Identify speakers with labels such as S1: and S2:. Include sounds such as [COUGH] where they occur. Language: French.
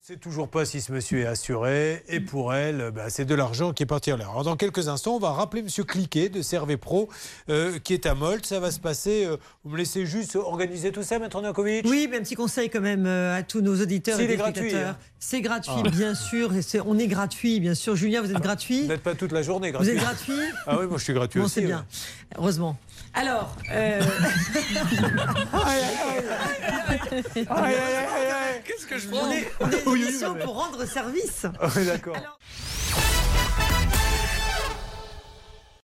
S1: sait toujours pas si ce monsieur est assuré. Et pour elle, bah, c'est de l'argent qui est parti en l'air. Alors, dans quelques instants, on va rappeler monsieur Cliquet de Servet Pro, euh, qui est à Molte. Ça va se passer. euh, vous me laissez juste organiser tout ça, Maître Nakovic
S2: Oui, mais un petit conseil quand même euh, à tous nos auditeurs
S1: S'il
S2: et
S1: est gratuit,
S2: téléspectateurs.
S1: hein.
S2: C'est gratuit,
S1: Ah.
S2: bien sûr. Et c'est- on est gratuit, bien sûr. Julien, vous êtes
S1: Vous
S2: gratuit
S1: n'êtes pas toute la journée
S2: Vous
S1: gratuit.
S2: êtes gratuit
S1: Ah oui, moi je suis gratuit
S2: Bon,
S1: aussi.
S2: c'est
S1: ouais.
S2: bien. Heureusement. Alors, euh,
S1: Aïe, aïe, aïe, aïe, aïe. [LAUGHS]
S2: on est, on est une émission pour rendre service.
S1: Ah oui, D'accord.
S2: Alors-